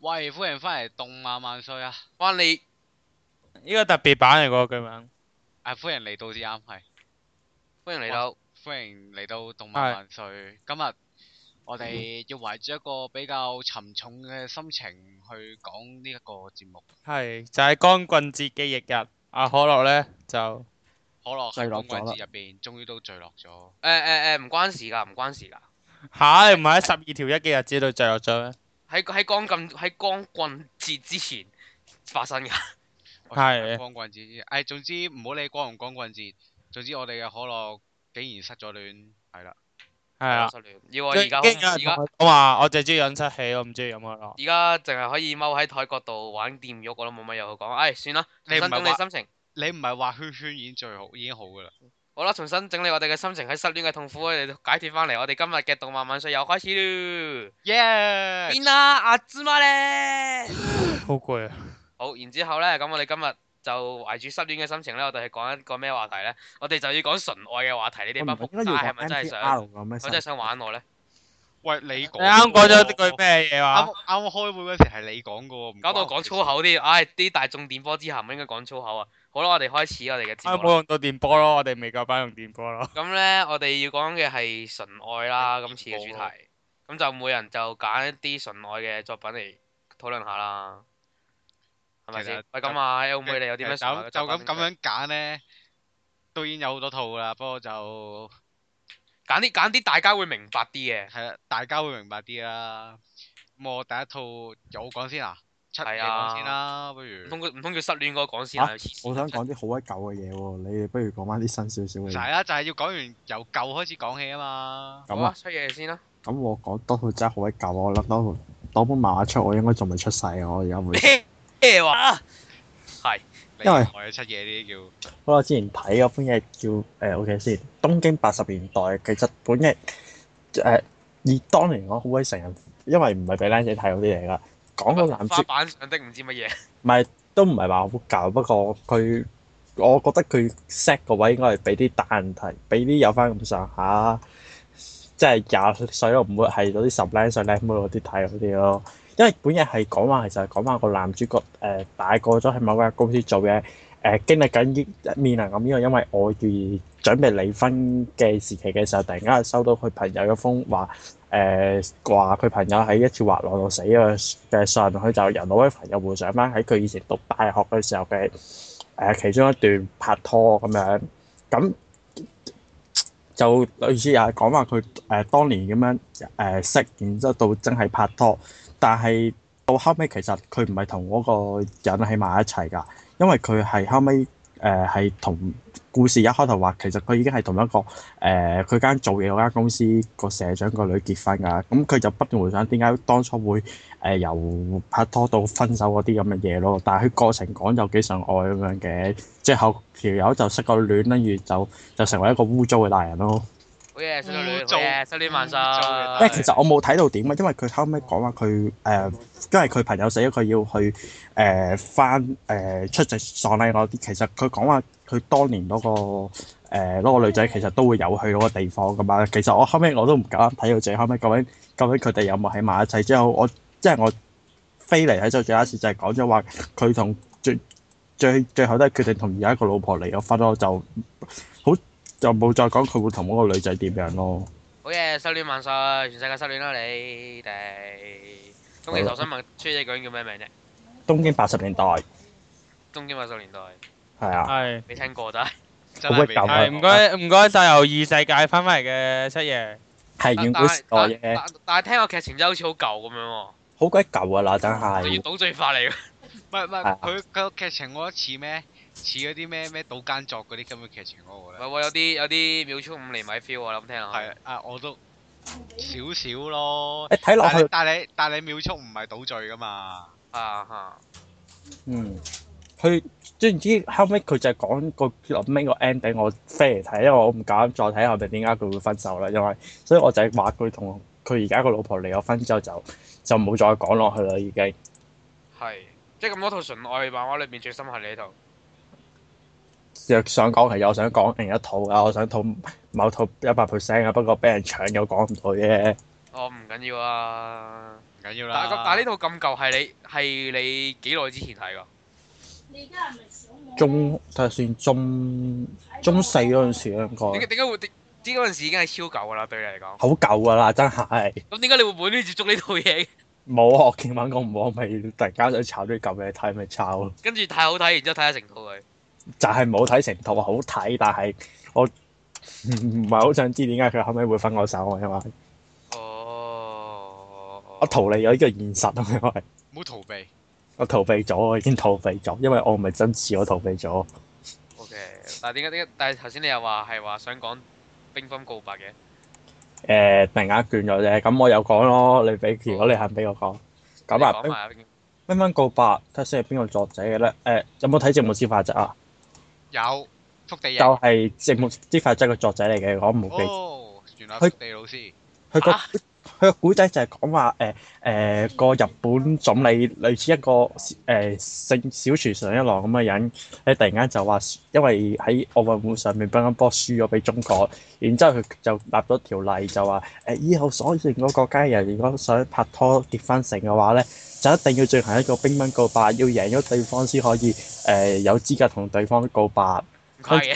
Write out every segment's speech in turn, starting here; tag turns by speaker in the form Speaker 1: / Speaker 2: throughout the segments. Speaker 1: 喂，歡迎翻嚟《動漫萬歲》啊！
Speaker 2: 哇！你
Speaker 3: 呢個特別版嚟嗰個劇名，
Speaker 1: 啊，歡迎嚟到至啱係，
Speaker 2: 歡迎嚟到
Speaker 1: 歡迎嚟到《動漫萬歲》。今日我哋要懷住一個比較沉重嘅心情去講呢一個節目。
Speaker 3: 係就係光棍節嘅翌日，阿可樂咧就
Speaker 1: 可樂
Speaker 4: 墜
Speaker 1: 喺
Speaker 4: 落
Speaker 1: 光棍
Speaker 4: 咗啦
Speaker 1: 節入邊，終於都墜落咗。
Speaker 2: 誒誒誒，唔關事㗎，唔關事㗎。
Speaker 3: 吓唔係喺十二條一嘅日子度墜落咗咩？
Speaker 2: 喺喺光棍喺光棍節之前發生㗎。
Speaker 1: 我想
Speaker 3: 係
Speaker 1: 講光棍節，唉，總之唔好理光唔光棍節，總之我哋嘅可樂竟然失咗戀，係啦。
Speaker 3: 係啊，
Speaker 2: 失戀。要我而家
Speaker 3: 跟住有
Speaker 2: 而
Speaker 3: 人同
Speaker 2: 家
Speaker 3: 我講話，我淨係中意飲七喜，我唔中意飲可樂。
Speaker 2: 而家淨係可以踎喺台角度玩電喐，我都冇乜嘢好講。唉，算啦，
Speaker 1: 你
Speaker 2: 重
Speaker 1: 唔係
Speaker 2: 新整理
Speaker 1: 話
Speaker 2: 心情。
Speaker 1: 你唔係話圈圈已經最好，已經好噶啦。
Speaker 2: 好啦，重新整理我哋嘅心情，喺失戀嘅痛苦嚟解脱翻嚟。我哋今日嘅動漫晚上又開始啦。
Speaker 1: 耶！
Speaker 2: 邊啦，阿芝麻咧。
Speaker 3: 好攰啊！
Speaker 2: 好，然之後咧，咁我哋今日就懷住失戀嘅心情咧，我哋去講一個咩話題咧？我哋就要講純愛嘅話題。你
Speaker 4: 我
Speaker 2: 哋
Speaker 4: 唔
Speaker 2: 班
Speaker 4: 係應
Speaker 2: 仆
Speaker 4: 該
Speaker 2: 街
Speaker 4: 要
Speaker 2: 係咪
Speaker 4: 講
Speaker 2: 真係
Speaker 4: N
Speaker 2: 想？
Speaker 4: 咁咩？
Speaker 2: 我真係想玩我咧。
Speaker 1: 喂，你講
Speaker 3: 你啱講咗呢
Speaker 1: 喎
Speaker 3: 句咩嘢話？
Speaker 1: 啱啱開會嗰時係你講噶喎，唔
Speaker 2: 搞到
Speaker 1: 關我
Speaker 2: 講
Speaker 1: 事
Speaker 2: 粗。口啲，唉！啲大眾電波之下唔應該講粗口啊。好啦，我哋開始我哋嘅
Speaker 3: 啊
Speaker 2: 節目
Speaker 3: 冇
Speaker 2: 啦。
Speaker 3: 用到電波咯，我哋未夠班用電波咯。
Speaker 2: 咁咧，我哋要講嘅係純愛啦，今次嘅主
Speaker 1: 好啊
Speaker 2: 題。咁就每人就揀一啲純愛嘅作品嚟討論下啦，係咪
Speaker 1: 其實
Speaker 2: 先
Speaker 1: 就？
Speaker 2: 喂，咁啊，L 妹你有啲咩
Speaker 1: 就
Speaker 2: 純愛
Speaker 1: 咁
Speaker 2: 嘅
Speaker 1: 就
Speaker 2: 作
Speaker 1: 咁
Speaker 2: 品
Speaker 1: 咁樣揀咧，都已經有好多套啦。不過就
Speaker 2: 揀啲揀啲大家會明白啲嘅。
Speaker 1: 係啦，大家會明白啲啦。咁我第一套由我講先啊，出你
Speaker 2: 係啊
Speaker 1: 講先啦，不
Speaker 2: 唔
Speaker 1: 如
Speaker 2: 通佢唔通叫失戀嗰個講先啊？
Speaker 4: 啊
Speaker 2: 黐線
Speaker 4: 我想講啲好鬼舊嘅嘢喎，你哋不如講翻啲新少少
Speaker 1: 唔
Speaker 4: 嘅
Speaker 1: 使
Speaker 4: 嘢。
Speaker 1: 啦，就係要講完由舊開始講起啊嘛。
Speaker 2: 好
Speaker 4: 咁
Speaker 2: 啊，，
Speaker 4: 啊
Speaker 2: 出嘢先啦。
Speaker 4: 咁我講多套真係好鬼舊，啊我諗多套當本漫畫出，我應該仲未出世啊！我而家會，
Speaker 2: 咩話？
Speaker 1: 你
Speaker 4: 因為
Speaker 1: 我哋出嘢呢啲叫
Speaker 4: 好啦，之前睇嗰本嘢叫誒、OK 先，《東京八十年代》，其實本嘢誒、以當年我好鬼成人，因為唔係俾僆仔睇嗰啲嘢噶，講個男主
Speaker 2: 花板上的唔知乜嘢。
Speaker 4: 唔係都唔係話好舊，不過佢我覺得佢 set 個位應該係俾啲大人睇，俾啲有翻咁上下，即係廿歲都唔會係嗰啲十零歲靚妹嗰啲睇嗰啲咯。因為本嘢係講話其實係講話個男主角誒、呃大個咗喺某間公司做嘢，誒、呃經歷緊呢面啊臨咁呢個因為外遇準備離婚嘅時期嘅時候，突然間收到佢朋友嘅封話。誒話佢朋友喺一次滑浪度死嘅嘅信，佢就人老啲朋友回想翻喺佢以前讀大學嘅時候嘅誒、其中一段拍拖咁樣，咁就類似又係講話佢誒當年咁樣誒、識，然之後到真係拍拖，但係到後尾其實佢唔係同嗰個人喺埋一齊㗎，因為佢係後尾誒係同故事一開頭話其實佢已經係同一個。誒佢間做嘢嗰間公司個社長個女結婚㗎，咁佢就不斷回想點解當初會誒、呃由拍拖到分手嗰啲咁嘅嘢咯。但係佢過程講就幾上愛咁樣嘅，最後條友就識個戀，跟住就就成為一個污糟嘅大人咯。
Speaker 2: 好嘢，失戀，
Speaker 1: 污糟
Speaker 2: 好嘢，失戀萬歲。
Speaker 1: 污糟嘅
Speaker 4: 因
Speaker 1: 大
Speaker 4: 為其實我冇睇到點啊，因為佢後尾講話佢誒，因為佢朋友死咗，佢要去誒翻誒出席喪禮嗰啲。其實佢講話佢當年嗰、個呃誒嗰、個女仔其實都會有去嗰個地方噶嘛。其實我後尾我都唔夠膽睇到最後尾究竟究竟佢哋有冇喺埋一齊。之後我即係我飛嚟睇咗最後一次就係講咗話佢同最最最後都係決定同而家個老婆離咗婚咯，就好就冇再講佢會同嗰個女仔點樣咯。
Speaker 2: 好嘢，失戀萬歲，全世界失戀啦你哋。咁其實我想問，出嘢究竟叫咩名啫？
Speaker 4: 東京八十年代
Speaker 2: 東京八十年代
Speaker 4: 係啊。
Speaker 3: 係
Speaker 2: 未聽過咋？
Speaker 1: 真係未
Speaker 4: 好
Speaker 3: 係
Speaker 4: 鬼舊啊
Speaker 1: 睇
Speaker 3: 唔該唔該晒由異世界翻返嚟嘅七爺，
Speaker 4: 係遠
Speaker 2: 但
Speaker 4: 古時代
Speaker 2: 但
Speaker 4: 嘅，
Speaker 2: 但但係聽個劇情真係好似好舊咁樣喎，
Speaker 4: 好鬼舊啊噶啦，真
Speaker 2: 都要
Speaker 4: 係。
Speaker 2: 倒罪法嚟嘅。
Speaker 1: 唔係唔係
Speaker 4: 啊
Speaker 1: 佢個劇情我覺得似咩？似嗰啲咩咩賭奸作嗰啲咁嘅劇情咯我覺
Speaker 2: 唔
Speaker 1: 得
Speaker 2: 係喎，有啲有啲秒速五厘米 feel 啊，諗聽落去。
Speaker 1: 係啊，我都少少咯。
Speaker 4: 誒睇落
Speaker 1: 但係
Speaker 4: 去，
Speaker 1: 但係你但係你秒速唔係倒罪噶嘛？
Speaker 2: 啊哈，
Speaker 4: 嗯，佢知唔知後尾佢就係講個臨尾個 ending，我飛嚟睇，因為我唔敢再睇後面點解佢會分手啦，因為所以我就係話佢同佢而家個老婆離咗婚之後就就冇再講落去啦，已經。
Speaker 2: 係。即係咁多套純愛漫畫裏面最深係你呢套。
Speaker 4: 若想講其實我想講另一套啊，我想套某套一百 percent 啊，不過俾人搶咗講唔到啫。
Speaker 2: 哦，唔緊要啊。
Speaker 1: 唔緊要啦。
Speaker 2: 但係咁但係呢套咁舊係你係你幾耐之前睇㗎？
Speaker 4: 中睇下先，中中四嗰陣時應
Speaker 2: 點解
Speaker 4: 該
Speaker 2: 點解會點點解嗰陣時已經係超舊㗎啦？對你嚟講，
Speaker 4: 好舊啊噶啦，真係
Speaker 2: 咁點解你會無端端接觸呢套嘢？
Speaker 4: 冇啊！我見揾個唔好，咪突然間想炒啲舊嘢睇，咪抄咯。
Speaker 2: 跟住太好睇，然之後睇下成套佢。
Speaker 4: 就係冇睇成套好睇，但係我唔唔係好想知點解佢後尾會分我手啊，因為
Speaker 2: 哦，
Speaker 4: 我逃離咗呢個現實啊，因為
Speaker 1: 唔好逃避。
Speaker 4: 我逃避咗，我已經逃避咗，因為我唔係真事，我逃避咗。
Speaker 2: O K，但係點解點解？但係頭先你又話係話想講兵分告白嘅，
Speaker 4: 誒、突然間倦咗啫，咁我有講咯，你俾如果你肯俾我講，咁
Speaker 2: 你
Speaker 4: 啊
Speaker 2: 講，埋啊
Speaker 4: 《冰冰告白》睇下先係邊個作者嘅咧？誒、有冇睇《寂寞之法則》啊？
Speaker 1: 有福地人。
Speaker 4: 就係《寂寞之法則》嘅作者嚟嘅，我唔記
Speaker 1: 哦，原來
Speaker 4: 佢
Speaker 1: 福地老師。
Speaker 4: 佢個
Speaker 2: 啊
Speaker 4: 佢個古仔就係講話誒誒個日本總理類似一個誒、呃、姓小廚上一郎咁嘅人，咧突然間就話因為喺奧運會上面乒乓波輸咗俾中國，然之後佢就立咗條例就話誒、呃以後所有個國家嘅人如果想拍拖結婚成嘅話咧，就一定要進行一個乒乓告白，要贏咗對方先可以誒、呃有資格同對方告白。
Speaker 2: 唔怪 嘅。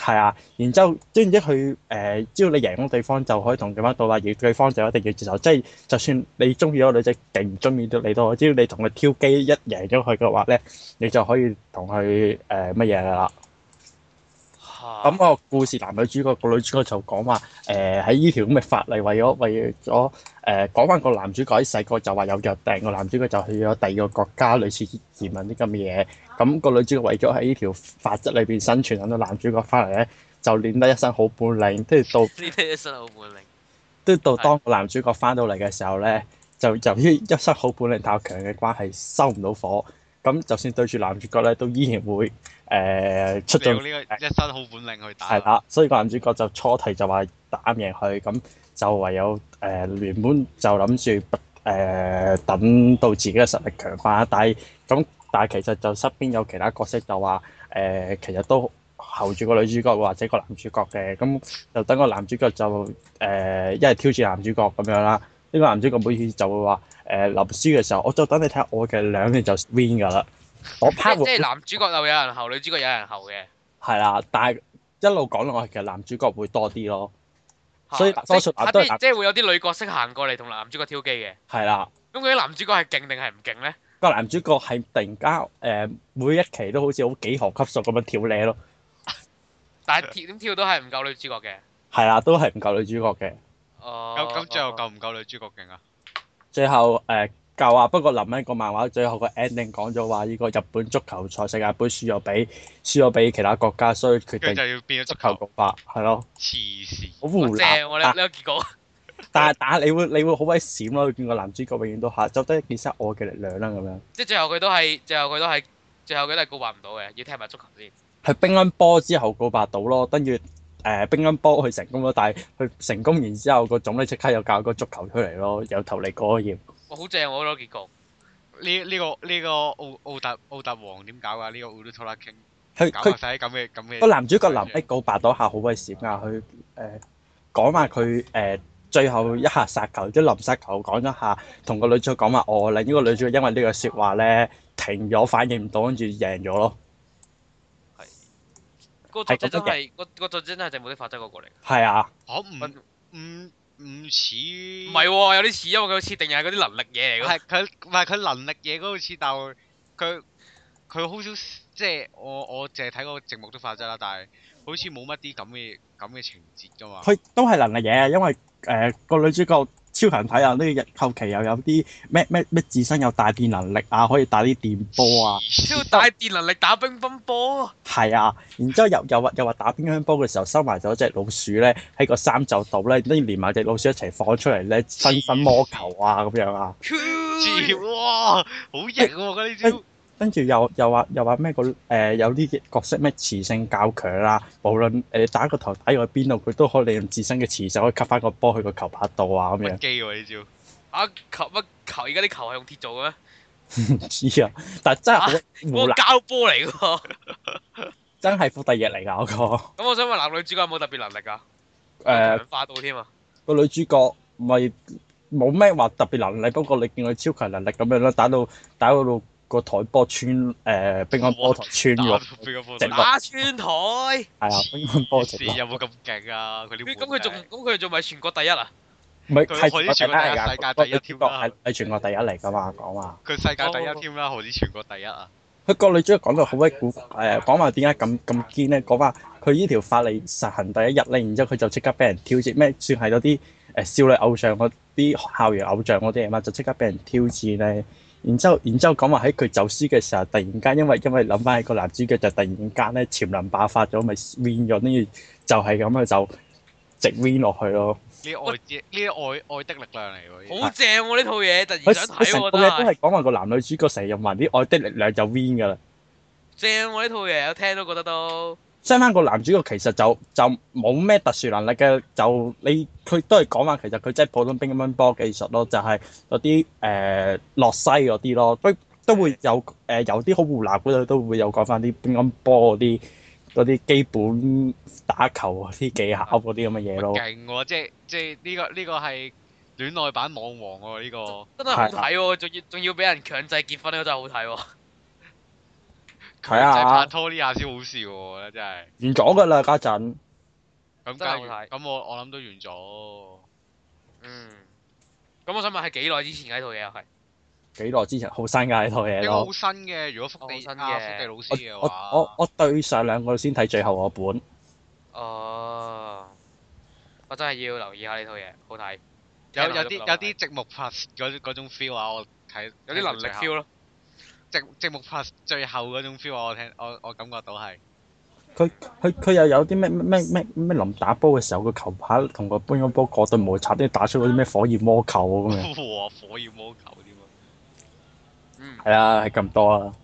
Speaker 4: 係啊，然之後知唔知佢誒？只要你贏咗對方就可以同對方告白，而對方就一定要接受。即係就算你中意咗個女仔，勁唔中意到你都好，只要你同佢挑機一贏咗佢嘅話咧，你就可以同佢呃誒乜嘢啦。咁啊
Speaker 2: 咁
Speaker 4: 個故事男女主角個女主角就講話誒喺呢條咁嘅法例為咗為咗誒講翻個男主角喺細個就話有約定，個男主角就去咗第二個國家，類似移民啲咁嘅嘢。咁、個女主角為咗喺呢條法則裏邊生存，等到男主角翻嚟咧，就練得一身好本領。跟住到
Speaker 2: 呢啲真係好悶令。
Speaker 4: 跟住到當個男主角翻到嚟嘅時候咧，就由於一身好本領太強嘅關係，收唔到火。咁就算對住男主角咧，都依然會誒、呃出
Speaker 1: 你
Speaker 4: 盡
Speaker 1: 用呢個一身好本領去打
Speaker 4: 係。啦，所以個男主角就初題就話打唔贏佢，咁就唯有誒、呃原本就諗住誒等到自己嘅實力強化，但係咁但係其實就側邊有其他角色就話誒、呃其實都候住個女主角或者個男主角嘅，咁就等個男主角就誒、呃一係挑戰男主角咁樣啦。呢個男主角每次就會話誒臨輸嘅時候，我就等你睇下我嘅兩面就 win 㗎啦。我 part
Speaker 2: 即即係男主角又有人後，女主角有人後嘅。
Speaker 4: 係啦，但係一路講落去，其實男主角會多啲咯。
Speaker 2: 嚇
Speaker 4: 所以
Speaker 2: 即
Speaker 4: 多數男都係
Speaker 2: 即
Speaker 4: 男
Speaker 2: 即係會有啲女角色行過嚟同男主角挑機嘅。
Speaker 4: 係啦，
Speaker 2: 咁究竟男主角係勁定係唔勁咧？
Speaker 4: 個男主角係突然間誒、呃每一期都好似好幾何級數咁樣跳呢咯，
Speaker 2: 但係跳點跳都係唔夠女主角嘅。
Speaker 4: 係啦，都係唔夠女主角嘅。
Speaker 2: 哦。
Speaker 1: 咁咁最後夠唔夠女主角勁啊？
Speaker 4: 最後誒、呃、夠啊，不過臨尾個漫畫最後個 ending 講咗話呢個日本足球賽世界盃輸咗俾輸咗俾其他國家，所以決
Speaker 1: 跟住
Speaker 4: 定
Speaker 1: 就要變咗
Speaker 4: 足
Speaker 1: 足
Speaker 4: 球
Speaker 1: 球
Speaker 4: 局法係咯，
Speaker 1: 黐線。
Speaker 4: 好
Speaker 2: 哇
Speaker 4: 啊胡鬧。
Speaker 2: 正我呢呢個結果。
Speaker 4: 但係但係你會你會好鬼閃咯，見個男主角永遠都嚇，就得一件衫我嘅力量啦咁樣。
Speaker 2: 即係最後佢都係，最後佢都係，最後佢都係告白唔到嘅，要踢埋足球先。
Speaker 4: 係乒乓波之後告白到咯，跟住誒乒乓波佢成功咗，但係佢成功完之後個總理即刻又教個足球出嚟咯，有頭嚟過嘢。
Speaker 2: 哇，好正我覺得個結局。
Speaker 1: 呢呢個呢個奧奧特奧特王點搞啊？呢個奧特托拉 king
Speaker 4: 佢
Speaker 1: 搞埋
Speaker 4: 佢
Speaker 1: 曬啲咁嘅咁嘅。
Speaker 4: 個男主角臨尾告白到下好鬼閃啊！佢誒講話佢誒最後一下殺球，即係臨殺球講咗下，同個女主角講話我令呢個女主角因為呢個説話咧停咗，反應唔到，跟住贏咗咯。
Speaker 2: 個作者真係，
Speaker 4: 係咁樣嘅
Speaker 2: 個個作者真係正冇啲法則嗰個嚟。
Speaker 4: 係啊，
Speaker 1: 嚇哦唔唔唔似。
Speaker 2: 唔
Speaker 4: 嗯
Speaker 1: 唔
Speaker 2: 係喎，有啲似，因為佢設定係嗰啲能力嘢嚟嘅。
Speaker 1: 係佢唔係佢能力嘢嗰度似，但係佢佢好少即係我我淨係睇過《寂寞的法則》啦，但係好似冇乜啲咁嘅咁嘅情節噶嘛。
Speaker 4: 佢都係能力嘢，因為誒個、女主角超強體能，呢日後期又有啲咩咩咩自身有帶電能力啊，可以帶啲電波啊。
Speaker 2: 只要帶電能力打乒乓波，
Speaker 4: 係啊，然之後又又話又話打乒乓波嘅時候收埋咗只老鼠咧，喺個衫袖度咧，跟住連埋只老鼠一齊放出嚟咧，分分魔球啊咁樣啊，
Speaker 1: 自哇，好型喎！嗰呢招
Speaker 4: 跟住又又話又話咩個誒、呃有啲角色咩磁性較強啦、無論誒、呃打個頭打去邊度，佢都可以利用自身嘅磁性可以吸翻個波去個球拍度啊咁
Speaker 1: 乜
Speaker 4: 樣。
Speaker 1: 機喎呢招？
Speaker 2: 啊球乜球？而家啲球係用鐵做嘅咩？
Speaker 4: 唔知啊，但真係好
Speaker 2: 嗰
Speaker 4: 胡
Speaker 2: 個
Speaker 4: 鬧，啊
Speaker 2: 膠波嚟嘅喎。
Speaker 4: 真係伏地日嚟㗎嗰 個。
Speaker 2: 咁我想問男女主角有冇特別能力啊？
Speaker 4: 誒
Speaker 2: 強化到添啊！
Speaker 4: 個女主角咪冇咩話特別能力，不過你見佢超強能力咁樣啦，打到打到個台波穿誒、
Speaker 1: 哦
Speaker 4: 呃、乒乓波台穿
Speaker 1: 打
Speaker 4: 咗，
Speaker 1: 到俾個波
Speaker 4: 直落
Speaker 2: 打穿台，咦
Speaker 4: 係啊，乒乓波 直
Speaker 1: 線
Speaker 4: 落，
Speaker 1: 有冇咁勁啊？佢啲
Speaker 2: 咁佢仲咁佢仲咪全國第一啊？
Speaker 4: 唔係
Speaker 1: 佢
Speaker 4: 係
Speaker 1: 可以全
Speaker 4: 全
Speaker 1: 部
Speaker 4: 國第一
Speaker 1: 世界
Speaker 4: 㗎，
Speaker 1: 第
Speaker 4: 國
Speaker 1: 一
Speaker 4: 你
Speaker 1: 添
Speaker 4: 中
Speaker 1: 啦
Speaker 4: 國係係全國第一嚟㗎嘛，講話。
Speaker 1: 佢世界第一添啦，何止全國第一啊？
Speaker 4: 佢國女主角講到好鬼古誒，講話點解咁咁堅咧？講話佢呢條法例實行第一日咧，然之後佢就即刻俾人挑戰，咩算係嗰啲誒少女偶像嗰啲校園偶像嗰啲嘢嘛，就即刻俾人挑戰咧。然之後，然之後講話喺佢走私嘅時候，突然間因為因為諗翻起個男主角就突然間咧潛能爆發咗，咪 win 咗，跟住就係咁啊就直 win 落去咯。
Speaker 1: 呢啲愛之呢啲愛愛的力量嚟喎。
Speaker 2: 哦好正喎呢套嘢，突然
Speaker 4: 佢
Speaker 2: 想睇
Speaker 4: 佢成
Speaker 2: 喎
Speaker 4: 個
Speaker 2: 真
Speaker 4: 嘢都
Speaker 2: 係
Speaker 4: 係講話個男女主角成日用埋啲愛的力量就 win 㗎啦。
Speaker 2: 正喎呢套嘢，我聽都覺得都
Speaker 4: 相反個男主角其實就就冇咩特殊能力嘅，就你佢都係講話其實佢真係普通乒乓波技術咯，就係嗰啲誒落西嗰啲咯，都都會有誒、呃有啲好胡鬧嗰度都會有講翻啲乒乓波嗰啲嗰啲基本打球嗰啲技巧嗰啲咁嘅嘢咯。
Speaker 1: 勁喎！即係即係呢個呢個係戀愛版網王喎呢個，
Speaker 2: 真係好睇喎，仲要仲要俾人強制結婚呢個真係好睇喎。
Speaker 4: 係啊
Speaker 1: 佢真係拍拖呢下先好笑喎，我覺得
Speaker 4: 完咗㗎啦家陣，
Speaker 1: 真係。咁
Speaker 2: 真係好
Speaker 1: 梗
Speaker 2: 睇
Speaker 1: 係咁我我諗都完咗，
Speaker 2: 嗯，咁我想問係幾耐之前嘅呢套嘢啊？係
Speaker 4: 幾耐之前好新㗎呢套嘢
Speaker 1: 應該
Speaker 4: 咯
Speaker 1: 好。新嘅。如果福地
Speaker 2: 哦好新
Speaker 1: 啊
Speaker 2: 嘅
Speaker 1: 福地老師嘅
Speaker 4: 我我
Speaker 1: 話，
Speaker 4: 我我對上兩個先睇最後嗰本，
Speaker 2: 哦，我真係要留意下呢套嘢，好睇。
Speaker 1: 有
Speaker 2: 聽落
Speaker 1: 有啲
Speaker 2: 都覺得好
Speaker 1: 有
Speaker 2: 睇
Speaker 1: 啲寂寞 plus 嗰嗰種 feel 啊，我睇
Speaker 2: 有啲能力 feel 咯。
Speaker 1: 寂寂寞 plus 最後嗰種 feel 啊，我聽我我感覺到係
Speaker 4: 佢佢佢又有啲咩咩咩咩咩臨打波嘅時候，個球拍同個乒乓波過對摩擦，啲打出嗰啲咩火焰魔球咁樣。
Speaker 1: 哇火焰魔球添啊！
Speaker 2: 嗯，
Speaker 4: 係啊，係咁多啦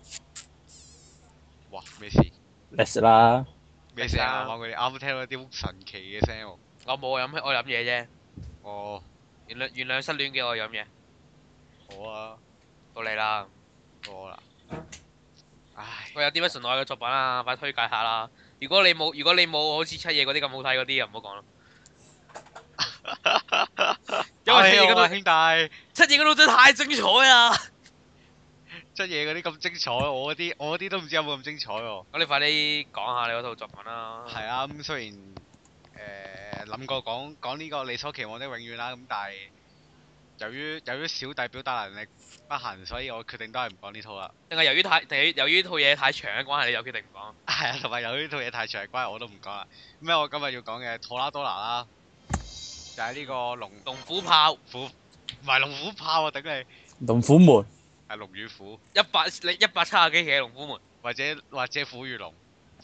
Speaker 1: 哇咩事
Speaker 4: ，less 啦，
Speaker 1: 咩聲啊？啱啱佢哋啱啱聽到啲好神奇嘅聲喎。
Speaker 2: 我冇我飲我飲嘢啫，
Speaker 1: 哦，
Speaker 2: 原諒原諒失戀嘅我飲嘢，
Speaker 1: 好啊，
Speaker 2: 到你啦。
Speaker 1: 我啦，唉。
Speaker 2: 佢有啲咩純愛嘅作品啊？快推介下啦！如果你冇如果你冇好似七夜嗰啲咁好睇嗰啲，就唔好講啦。 因為七
Speaker 1: 哎
Speaker 2: 夜
Speaker 1: 呀
Speaker 2: 嗰套
Speaker 1: 兄弟，
Speaker 2: 七夜嗰套真係太精彩啦！
Speaker 1: 出嘢嗰啲咁精彩，我嗰啲我嗰啲都唔知有冇咁精彩喎。
Speaker 2: 咁你快啲講下你嗰套作品啦。
Speaker 1: 係啊，咁雖然誒諗、過講講呢個你所期望的永遠啦，咁但係由於由於小弟表達能力不行，所以我決定都係唔講呢套啦。
Speaker 2: 定係由於太定係由於套嘢太長嘅關係，你就決定唔講。
Speaker 1: 係啊，同埋由於呢套嘢太長嘅關係，我都唔講啦。咁咧，我今日要講嘅《托拉多拿》啦，就係、呢個龍
Speaker 2: 龍虎豹
Speaker 1: 虎，唔係龍虎豹啊，頂你
Speaker 4: 龍虎門
Speaker 1: 係龍與虎，
Speaker 2: 一百你一百七十幾期嘅龍虎門
Speaker 1: 或者或者虎與龍，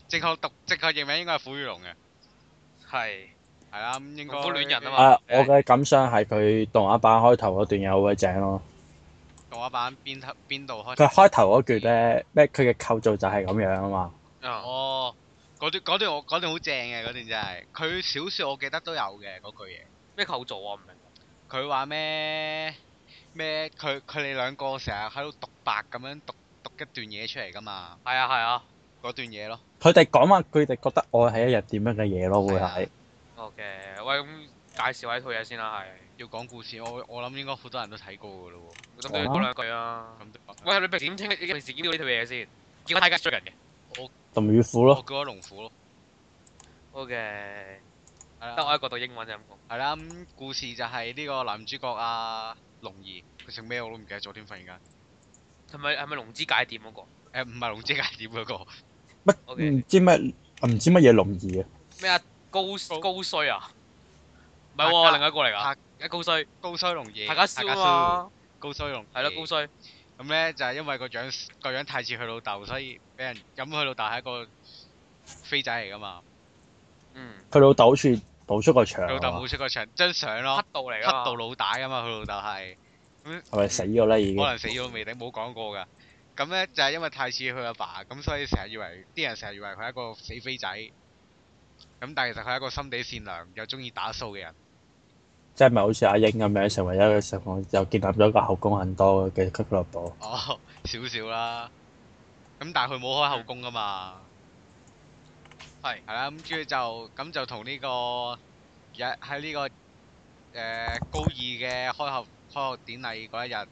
Speaker 1: 正確讀正確譯名應該係虎與龍嘅，
Speaker 2: 係
Speaker 1: 係啦，咁應該
Speaker 2: 龍虎戀人啊嘛
Speaker 4: 啊，我嘅感想係佢動畫版開頭嗰段嘢好鬼正咯。
Speaker 1: 動畫版邊頭邊度開
Speaker 4: 佢開頭嗰段咧，咩佢嘅構造就係咁樣啊嘛。
Speaker 2: 啊
Speaker 1: 哦，嗰段嗰段我嗰段好正嘅，嗰段真係。佢小說我記得都有嘅嗰句嘢。
Speaker 2: 咩構造我唔明。
Speaker 1: 佢話咩咩？佢佢哋兩個成日喺度獨白咁樣讀讀一段嘢出嚟噶嘛？
Speaker 2: 係啊係啊
Speaker 1: 嗰段嘢咯，
Speaker 4: 佢哋講話佢哋覺得愛係一日點樣嘅嘢咯，會
Speaker 1: 啊
Speaker 4: 係
Speaker 2: ，OK，喂咁介紹下呢套嘢先啦，係
Speaker 1: 要講故事，我我諗應該好多人都睇過噶咯
Speaker 2: 我諗都要講兩句啊
Speaker 1: 喎。。咁
Speaker 2: 喂，你平時點清你平時見到呢套嘢先？見我睇緊最近嘅。
Speaker 4: 龍與虎
Speaker 1: 我
Speaker 4: 咯。
Speaker 1: 叫咗龍虎咯，
Speaker 2: OK，
Speaker 1: 係
Speaker 2: 得
Speaker 1: 啦，
Speaker 2: 我一個讀英文就咁講。
Speaker 1: 係啦。咁故事就係呢個男主角啊，龍兒，佢姓咩我都唔記得咗添，忽然間。
Speaker 2: 係咪係咪龍之界店嗰個？
Speaker 1: 誒唔係龍之介點嗰個，
Speaker 2: OK
Speaker 4: 乜唔知乜唔知乜嘢龍兒啊？
Speaker 2: 咩啊？高高衰啊？唔
Speaker 1: 拍
Speaker 2: 係喎，
Speaker 1: 家
Speaker 2: 另外一個嚟㗎。一高衰，
Speaker 1: 高衰龍兒，
Speaker 2: 大家笑啊嘛。
Speaker 1: 高衰龍兒。
Speaker 2: 係咯，高衰。
Speaker 1: 咁咧就係、因為個樣個樣太似佢老豆，所以俾人咁佢老豆係一個飛仔嚟噶嘛，
Speaker 2: 嗯，
Speaker 4: 佢老豆好似倒出個牆
Speaker 1: 佢老豆
Speaker 4: 啊嘛
Speaker 1: 冇出過場張相
Speaker 2: 黑
Speaker 1: 咯，
Speaker 2: 道嚟
Speaker 1: 黑
Speaker 2: 㗎嘛。
Speaker 1: 到老大噶嘛，佢老豆係
Speaker 4: 係咪死咗啦
Speaker 1: 可
Speaker 4: 已經？
Speaker 1: 能死咗都未定，冇講過噶。咁咧就係、因為太似佢阿爸，咁所以成日以為啲人成日以為佢係一個死飛仔，咁但係其實佢係一個心地善良又中意打掃嘅人，
Speaker 4: 即係咪好似阿英咁樣成為一個成功，又建立咗一個後宮很多嘅俱樂部？
Speaker 1: 哦少少啦。咁但係佢冇開後宮噶嘛。
Speaker 2: 係
Speaker 1: 係啦，咁跟住就咁就同呢、個而家喺呢個誒、高二嘅開學開學典禮嗰一日，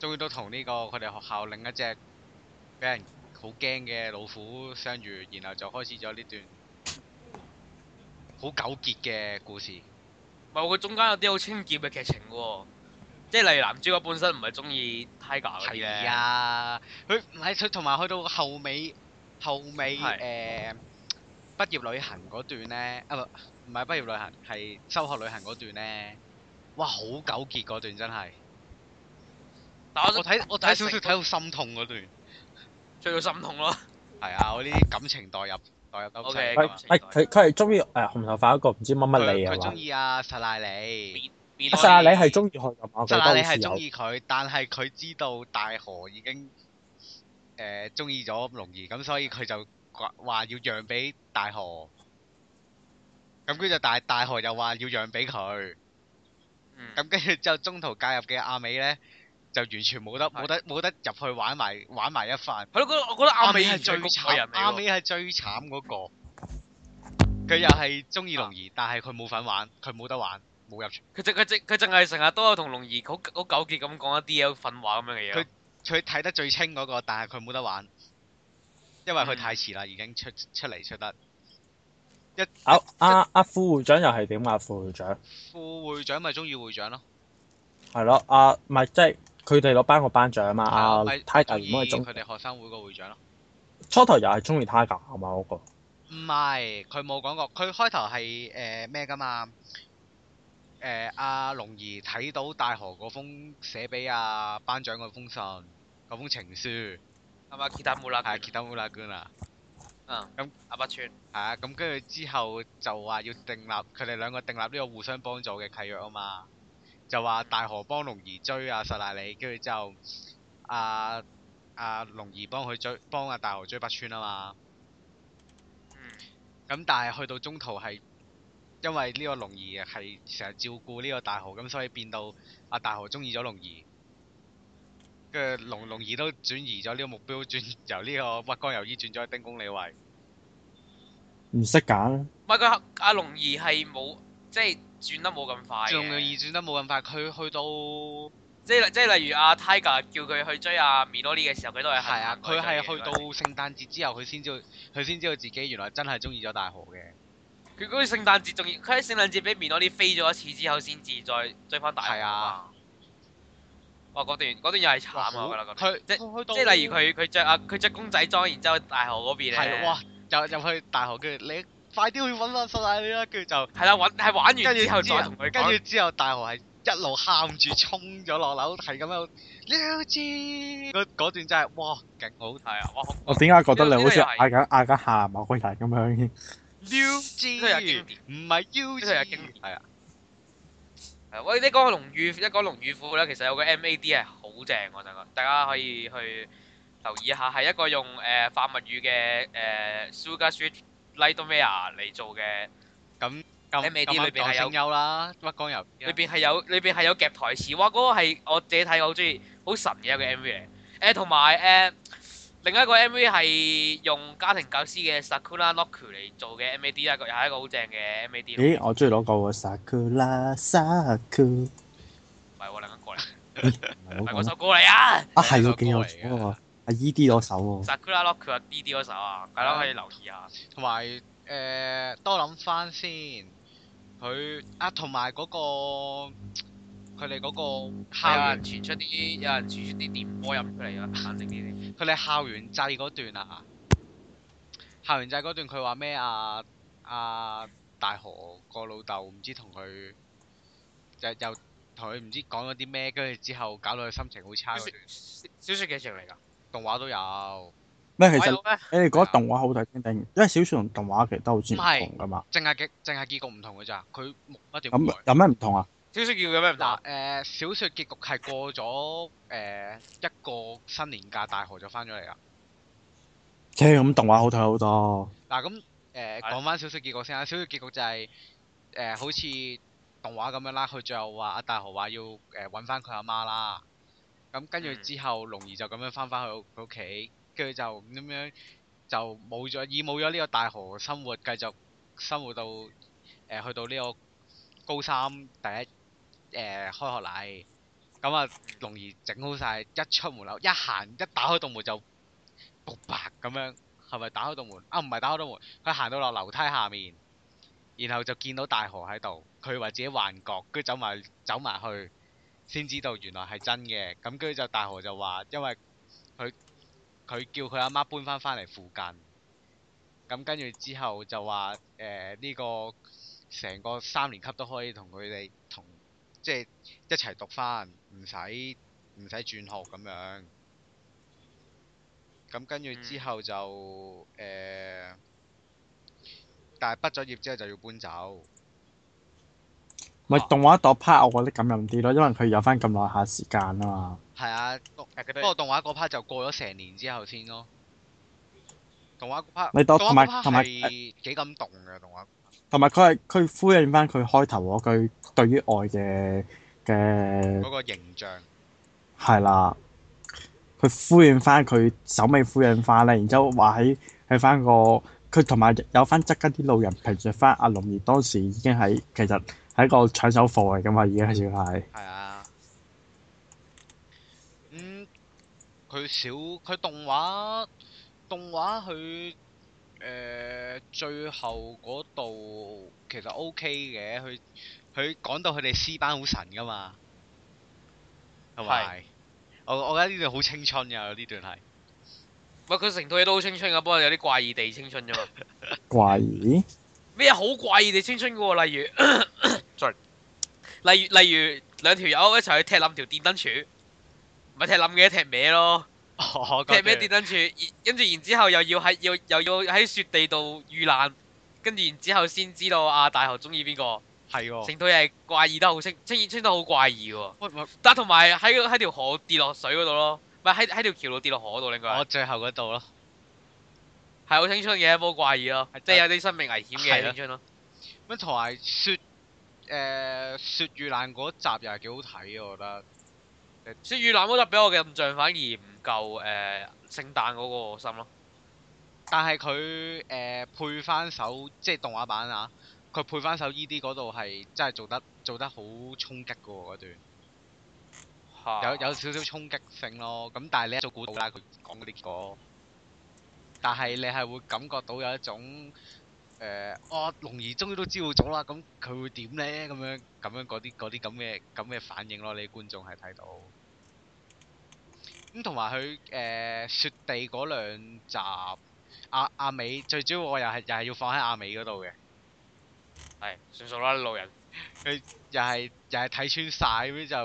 Speaker 1: 終於都同呢個佢哋學校另一隻俾人好驚嘅老虎相遇，然後就開始咗呢段好糾結嘅故事。
Speaker 2: 唔係佢中間有啲好清潔嘅劇情喎，即係例如男主角本身唔係中意 Tiger 嗰啲
Speaker 1: 係
Speaker 2: 咧，
Speaker 1: 啊，佢唔係佢同埋去到後尾後尾誒、
Speaker 2: 係
Speaker 1: 畢業旅行嗰段咧，啊唔唔係畢業旅行，係修學旅行嗰段咧，哇好糾結嗰段真係，
Speaker 2: 但我
Speaker 1: 我
Speaker 2: 都
Speaker 1: 睇我睇
Speaker 2: 睇
Speaker 1: 少少
Speaker 2: 成
Speaker 1: 睇到心痛嗰段，
Speaker 2: 最到心痛咯。
Speaker 1: 係啊，我呢啲感情代入代入得好犀利
Speaker 2: OK，
Speaker 1: 㗎
Speaker 4: 佢
Speaker 1: 嘛
Speaker 2: 咁
Speaker 4: 係佢佢係中意誒紅頭髮嗰個唔知乜乜利
Speaker 1: 佢
Speaker 4: 啊
Speaker 1: 佢
Speaker 4: 嘛
Speaker 1: 中，意啊實賴利，
Speaker 2: 面
Speaker 4: 實
Speaker 2: 對
Speaker 4: 啊你係中意佢就馬
Speaker 1: 實
Speaker 4: 佢
Speaker 1: 賴利係
Speaker 4: 當時候
Speaker 1: 中意佢，但係佢知道大河已經誒中意咗龍兒，咁所以佢就話話要讓俾大河。咁跟住就大大河又話要讓俾佢，
Speaker 2: 嗯
Speaker 1: 咁跟住之後中途介入嘅阿美呢，就完全冇得
Speaker 2: 係
Speaker 1: 冇得冇得入去玩埋玩埋一番。
Speaker 2: 係咯，嗰我覺得阿美
Speaker 1: 係
Speaker 2: 係
Speaker 1: 最
Speaker 2: 最慘人
Speaker 1: 慘，
Speaker 2: 嚟
Speaker 1: 阿
Speaker 2: 喎。
Speaker 1: 美係最慘嗰個。佢又係中意龍兒，但係佢冇份玩，佢冇得玩，冇入
Speaker 2: 佢淨佢淨佢淨係成日都有同龍兒好好糾結咁講一啲有訓話咁樣嘅嘢咯。
Speaker 1: 佢睇得最清嗰、個，但係佢冇得玩，因為佢
Speaker 2: 嗯
Speaker 1: 太遲啦，已經出出嚟出得。
Speaker 4: 啊啊啊副會長又係點啊副會長
Speaker 1: 副會長咪中意會長咯，
Speaker 4: 係咯啊唔係即係佢哋攞頒個頒獎嘛啊
Speaker 1: 咪
Speaker 4: 泰格
Speaker 1: 中
Speaker 4: 原
Speaker 1: 意
Speaker 4: 本係中
Speaker 1: 佢哋學生會個會長咯。
Speaker 4: 初頭又係中意泰格啊嘛嗰個
Speaker 1: 唔係，佢冇講過，佢開頭係誒咩㗎嘛？誒阿龍兒睇到大河嗰封寫俾阿班長嗰封信，嗰封情書，
Speaker 2: 係咪？吉達姆拉
Speaker 1: 係傑德烏拉娟啊。
Speaker 2: 嗯，
Speaker 1: 咁
Speaker 2: 咁阿北川
Speaker 1: 係啊，咁跟住之後就話要訂立佢哋兩個訂立呢個互相幫助嘅契約啊嘛，就話大河幫龍兒追啊實賴你，跟住之後啊啊龍兒幫佢追，幫啊大河追北川啊嘛。
Speaker 2: 嗯
Speaker 1: 咁但係去到中途係因為呢個龍兒啊係成日照顧呢個大河，咁所以變到阿大河中意咗龍兒，跟住龍龍兒都轉移咗呢個目標，轉由呢個屈江由衣轉咗去丁公李慧。
Speaker 4: 唔識揀
Speaker 2: 唔係佢阿龍兒係冇即係轉得冇咁快嘅
Speaker 1: 仲要二轉得冇咁快，佢去到
Speaker 2: 即係即係例如阿 Tiger 叫佢去追阿 Milori 嘅時候，佢都係
Speaker 1: 係啊，佢係去到
Speaker 2: 佢
Speaker 1: 聖誕節之後，佢先知道佢先知道自己原來真係中意咗大河嘅。
Speaker 2: 佢嗰個聖誕節仲要，佢喺聖誕節俾 Milori 飛咗一次之後，先至再追翻大
Speaker 1: 係啊
Speaker 2: 嘛。哇！嗰段嗰段又係慘
Speaker 1: 哇
Speaker 2: 啊，
Speaker 1: 好
Speaker 2: 我覺得嗰
Speaker 1: 佢
Speaker 2: 段即
Speaker 1: 去到
Speaker 2: 即係例如佢佢著啊佢着公仔裝，然之後大河嗰邊咧
Speaker 1: 係哇，入入去大河，跟住你快啲去揾翻蘇大你啦，跟住就
Speaker 2: 係啦，玩係玩完
Speaker 1: 跟住
Speaker 2: 之後再同佢
Speaker 1: 跟
Speaker 2: 講
Speaker 1: 住之後大河係一路喊住衝咗落樓，係咁樣了知嗰嗰段真係哇勁好
Speaker 2: 係啊，哇！好
Speaker 4: 我
Speaker 1: 哦
Speaker 4: 點解覺得你好似
Speaker 2: 呢個
Speaker 4: 嗌緊嗌緊下某個人咁樣？
Speaker 1: 了
Speaker 2: 呢個又係經典
Speaker 1: 知，唔係 U
Speaker 2: 呢
Speaker 1: 字
Speaker 2: 個又係經典
Speaker 1: 係啊，
Speaker 2: 係啊喂，你講龍與一講龍與虎咧，其實有個 MAD 係好正我想講，大家可以去留意一下，係一個用誒、呃、化物語嘅誒、呃 Sugar Street Lightmare 嚟做嘅，
Speaker 1: 咁咁
Speaker 2: MAD
Speaker 1: 咁啱啊
Speaker 2: 裏邊係
Speaker 1: 講
Speaker 2: 有
Speaker 1: 聲優啦，屈江由衣
Speaker 2: 裏邊係有裏邊係有夾台詞，哇！嗰、個係我自己睇過好中意，好神嘅一個 MV 嚟。誒同埋誒另一個 MV 係用家庭教師嘅 Sakura Noku 嚟做嘅 MAD 啦，個又係一個好正嘅 MAD 咯。
Speaker 4: 咦，
Speaker 1: 啊
Speaker 4: 我中意攞個喎 Sakura Saku，
Speaker 2: 唔係喎，另一個嚟，
Speaker 4: 唔
Speaker 2: 係
Speaker 4: 係嗰個
Speaker 2: 嗰
Speaker 4: 咩
Speaker 2: 首歌嚟啊！
Speaker 4: 啊係喎，幾有錢喎，啊 E D 攞手喎，
Speaker 2: Sakura Lock 佢話 D D 嗰首啊，大家可以留意下。
Speaker 1: 同埋誒多諗翻先，佢啊同埋嗰個佢哋嗰個校
Speaker 2: 有人
Speaker 1: 園，
Speaker 2: 傳出啲有人傳出啲電波音出嚟啊，冷靜啲先。
Speaker 1: 佢哋校園制嗰段啊，校園制嗰段佢話咩啊啊大河個老豆唔知同佢又又同佢唔知講咗啲咩，跟住之後搞到佢心情好差
Speaker 2: 啊
Speaker 1: 嗰段，
Speaker 2: 小説劇情嚟㗎，
Speaker 1: 動畫都有，
Speaker 4: 咩其
Speaker 2: 鬼
Speaker 4: 實
Speaker 2: 佬咩？
Speaker 4: 你哋覺得動畫好睇先定？因為小說同動畫其實都好似唔同噶嘛。
Speaker 1: 淨係結淨係結局唔同嘅咋，佢目一定要改
Speaker 4: 咁。有咩唔同啊？
Speaker 2: 小説叫佢咩
Speaker 1: 嗱，
Speaker 2: 唔
Speaker 1: 誒
Speaker 2: 打？、
Speaker 1: 小説結局係過咗誒、一個新年假，大河就翻咗嚟啦。
Speaker 4: 即係咁動畫好睇好多。
Speaker 1: 嗱咁誒
Speaker 2: 係
Speaker 1: 呃講翻小説結局先啊啦，小説結局就係、誒、好似動畫咁樣啦，佢最後話阿大河話要誒揾翻佢阿媽啦。咁跟住
Speaker 2: 嗯
Speaker 1: 之後，龍兒就咁樣翻翻去佢屋企，跟住就咁樣就冇咗，以冇咗呢個大河生活，繼續呃生活到誒、呃去到呢個高三第一誒、開學禮。咁啊，龍兒整好晒，一出門口一行一打開道門就卜白咁樣，係咪打開道門？啊，唔係打開道門，佢行到落樓梯下面，然後就見到大河喺度，佢以為自己幻覺，跟住走埋走埋去，先知道原來係真嘅。咁跟住就大河就話，因為佢佢叫佢阿媽搬翻返嚟附近，咁跟住之後就話誒呢個成個三年級都可以同佢哋同即係。一齊讀翻，唔使唔使轉學咁樣。咁跟住之後就誒、呃但係畢咗業之後就要搬走。
Speaker 4: 咪動畫度 part 我覺得感人啲咯，因為佢有翻咁耐下時間啊嘛。
Speaker 1: 係啊，不
Speaker 2: 但係
Speaker 1: 不
Speaker 2: 佢都
Speaker 1: 過動畫嗰 part 就過咗成年之後先咯。動畫嗰 part，
Speaker 4: 你當
Speaker 1: 動畫
Speaker 4: 同埋
Speaker 1: 嗰 part
Speaker 4: 同埋
Speaker 1: 係幾感動嘅動畫。
Speaker 4: 同埋佢係佢呼應翻佢開頭嗰句對於愛嘅嘅
Speaker 1: 嗰個形象
Speaker 4: 係啦，佢呼應翻佢首尾呼應翻咧，然之後話喺喺翻個佢同埋有翻側跟啲路人評述翻阿龍兒當時已經係其實係一個搶手貨嚟噶嘛，已經係算係
Speaker 1: 係啊，嗯，佢少佢動畫動畫佢誒、呃最後嗰度其實 O K 嘅，佢佢講到佢哋 C 班好神噶嘛，同埋我我覺得呢段好青春㗎，呢段係
Speaker 2: 喂，佢成套嘢都好青春噶，不過有啲怪異地青春啫嘛。
Speaker 4: 怪異。
Speaker 2: 咩好怪異地青春噶喎？例如 ，sorry，例如例如兩條友一齊去踢冧條電燈柱，唔係踢冧嘅，踢歪咯，
Speaker 1: 哦我
Speaker 2: 踢
Speaker 1: 覺
Speaker 2: 歪
Speaker 1: 得
Speaker 2: 電燈柱，然跟住然之後又要喺要又要喺雪地度遇難，跟住然之後先知道啊大雄中意邊個，
Speaker 1: 係喎，
Speaker 2: 成套嘢係怪異得好清，清清得好怪異喎。
Speaker 1: 喂喂
Speaker 2: 但同埋喺喺條河跌落水嗰度咯，唔係喺喺條橋度跌落河嗰度應該係
Speaker 1: 我最後嗰度咯。
Speaker 2: 係好青春嘅，冇怪異咯
Speaker 1: 係，
Speaker 2: 即係有啲生命危險嘅
Speaker 1: 係啊
Speaker 2: 青春咯。
Speaker 1: 咁同埋雪誒、呃雪遇難嗰集又係幾好睇嘅，我覺得。
Speaker 2: 所以越南嗰集俾我嘅印象反而唔夠誒聖誕嗰個深咯。
Speaker 1: 但係佢誒配翻首即係動畫版啊，佢配翻首 E.D. 嗰度係真係做得做得好衝擊嘅喎嗰段，有有少少衝擊性咯。咁但係你一早估到啦，佢講嗰啲結果。但係你係會感覺到有一種誒，哦，龍兒終於都知道咗啦，咁佢會點呢？咁樣咁樣嗰啲嗰啲咁嘅咁嘅反應咯，你觀眾係睇到。咁同埋佢誒雪地嗰兩集，阿阿美最主要我又係又係要放喺阿美嗰度嘅，
Speaker 2: 係算數啦，路人
Speaker 1: 又係又係睇穿晒，咁就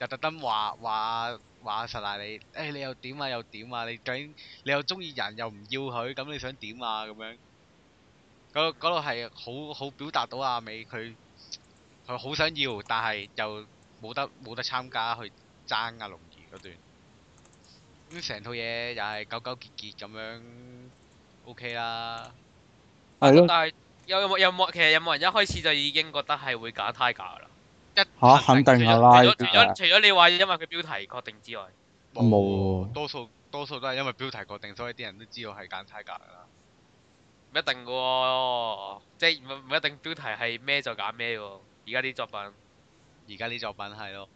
Speaker 1: 又特登話話話實賴你，誒、你又點啊又點啊，你究竟你又中意人又唔要佢，咁你想點啊咁樣？嗰嗰度係好好表達到阿美佢佢好想要，但係又冇得冇得參加去爭阿龍兒嗰段。咁成套嘢又係糾糾結結咁樣，OK 啦。
Speaker 4: 係
Speaker 2: 咁
Speaker 4: 咯，
Speaker 2: 但係有有冇有冇其實有冇人一開始就已經覺得係會揀 Tiger 噶啦？
Speaker 1: 一
Speaker 4: 嚇
Speaker 1: 肯定
Speaker 4: 肯定
Speaker 2: 除咗
Speaker 4: 係啦，
Speaker 2: 除咗除
Speaker 4: 呢
Speaker 2: 咗除咗你話因為佢標題確定之外，
Speaker 4: 啲係冇
Speaker 1: 多數多數都係因為標題確定，所以啲人都知道係揀 Tiger 噶啦。
Speaker 2: 唔一定嘅喎，即係唔唔一定標題係咩就揀咩喎。而家啲作品
Speaker 1: 而家啲作品係咯，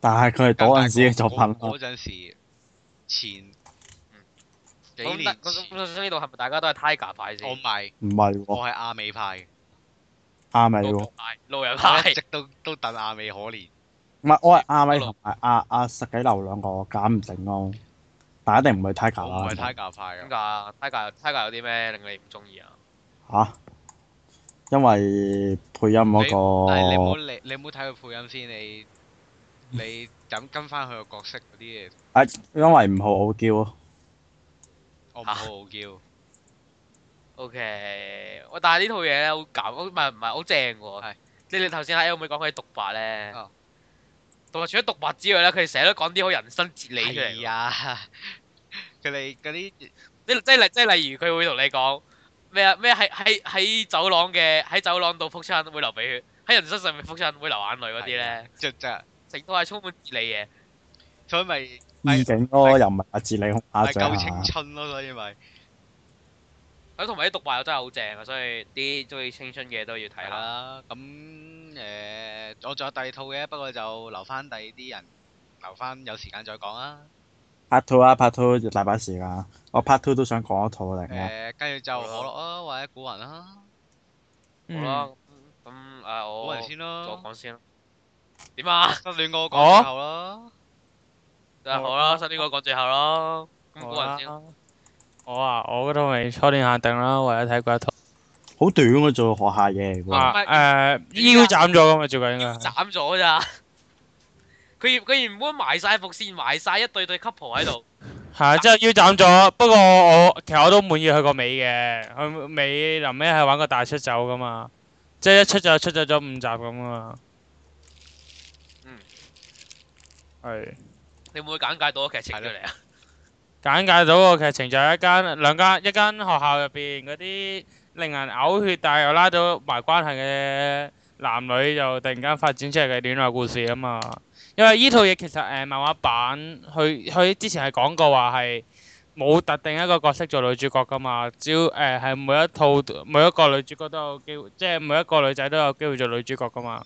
Speaker 4: 但係佢係啊嗰陣時嘅作品
Speaker 1: 但係啊
Speaker 4: 啦
Speaker 1: 嗰嗰陣時前
Speaker 2: 嗯
Speaker 1: 幾
Speaker 2: 咁
Speaker 1: 年
Speaker 2: 得咁
Speaker 1: 前，
Speaker 2: 咁所以呢度係咪大家都係 Tiger 派先
Speaker 1: 我？唔係，
Speaker 4: 唔係
Speaker 1: 我
Speaker 4: 喎，
Speaker 1: 係亞美派嘅，
Speaker 4: 阿美
Speaker 2: 路
Speaker 4: 喎
Speaker 2: 人，派，路人
Speaker 1: 我
Speaker 2: 派
Speaker 1: 一。直都都等亞美可憐。
Speaker 4: 唔係我係阿美同埋阿阿實幾流兩個揀唔定咯，但一定唔係 Tiger
Speaker 1: 我唔係
Speaker 4: 啦係咪
Speaker 1: Tiger 派
Speaker 2: 點
Speaker 1: 嘅，
Speaker 2: 解啊？Tiger Tiger 有啲咩令你唔中意啊？
Speaker 4: 嚇，因為配音嗰個
Speaker 1: 但係你唔好理，你唔好睇佢配音先，你你咁跟翻佢個角色嗰啲嘢，
Speaker 4: 啊，因為唔好傲嬌啊，
Speaker 1: 我唔好傲
Speaker 2: 啊
Speaker 1: 嬌。
Speaker 2: O K，喂，但係呢套嘢咧好搞，唔係唔係好正喎。
Speaker 1: 係
Speaker 2: 你哋頭先喺 L 妹講佢獨白咧
Speaker 1: 哦，
Speaker 2: 同埋除咗獨白之外咧，佢哋成日都講啲好人生哲理出嚟
Speaker 1: 係
Speaker 2: 喎。
Speaker 1: 啊， 佢哋嗰啲
Speaker 2: 即即例即例如佢會同你講咩啊咩喺喺喺走廊嘅喺走廊度撲親會流鼻血，喺人身上面撲親會流眼淚嗰啲咧，
Speaker 1: 就就，
Speaker 2: 成套係充滿哲理嘅。
Speaker 1: 所以咪咪
Speaker 4: 意境咯，又唔係阿哲啊理空下
Speaker 1: 咪
Speaker 4: 嘴
Speaker 1: 夠
Speaker 4: 下
Speaker 1: 青。春咯，所以咪。
Speaker 2: 咁同埋啲獨白又真係好正啊，所以啲中意青春嘅都要睇
Speaker 1: 係
Speaker 2: 啦。
Speaker 1: 啦，咁誒、呃我仲有第二套嘅，不過就留翻第二啲人留翻有時間再講啦。
Speaker 4: part two 啊，part two 就大把時間，啊我 part two 都想講一套
Speaker 1: 誒、
Speaker 4: 嚟嘅。
Speaker 1: 呃跟住就可
Speaker 2: 好啦
Speaker 1: 樂啊，或者古雲啦，
Speaker 3: Ừ.
Speaker 2: 好
Speaker 3: 嗯
Speaker 2: 啦，咁诶
Speaker 1: 古
Speaker 2: 我
Speaker 1: 雲先啦。
Speaker 2: 我講先啦。點啊？
Speaker 1: 失戀嗰個
Speaker 3: 我
Speaker 1: 講最後啦。
Speaker 2: 真啊係好啦，新呢個講最後啦。咁古人先，
Speaker 3: 先。我啊，我嗰套咪初戀限定啦，唯有睇過一套。
Speaker 4: 好短嘅做學下嘢嚟
Speaker 3: 啊
Speaker 4: 喎。
Speaker 2: 係
Speaker 3: 誒，腰斬咗咁啊，最近應該係。
Speaker 2: 斬咗咋？ 佢原佢原本埋晒伏線，埋晒一對對 couple 喺 度。
Speaker 3: 係啊，之後腰斬咗，不過我其實我都滿意佢個尾嘅，佢尾臨尾係玩個大出走噶嘛，即係一出就出走咗五集咁啊嘛。
Speaker 2: 嗯。
Speaker 3: 係。
Speaker 2: 你會唔會簡介到個劇情出嚟啊？
Speaker 3: 簡介到個劇情就係一間兩間一間學校入邊嗰啲令人嘔血但係又拉到埋關係嘅男女，就突然間發展出嚟嘅戀愛故事啊嘛。因為依套嘢其實誒、呃漫畫版，佢佢之前係講過話係冇特定一個角色做女主角噶嘛，只要誒呃係、每一套每一個女主角都有機會，即係每一個女仔都有機會做女主角噶嘛。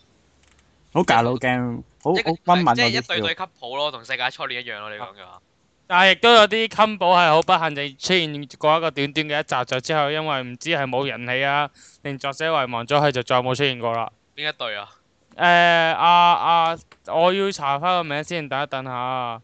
Speaker 4: 好假佬 game，好
Speaker 2: 即係
Speaker 4: 好温文
Speaker 2: 即係
Speaker 4: 嗰
Speaker 2: 一對
Speaker 4: 啲
Speaker 2: 對 couple 咯，同世界初戀一樣咯。你講嘅話，
Speaker 3: 但係亦都有啲 combo 係好不幸地出現過一個短短嘅一集，就之後因為唔知係冇人氣啊，令作者遺忘咗佢，就再冇出現過啦。
Speaker 2: 邊一對啊？
Speaker 3: 誒、啊啊，我要查翻個名先，等一等下。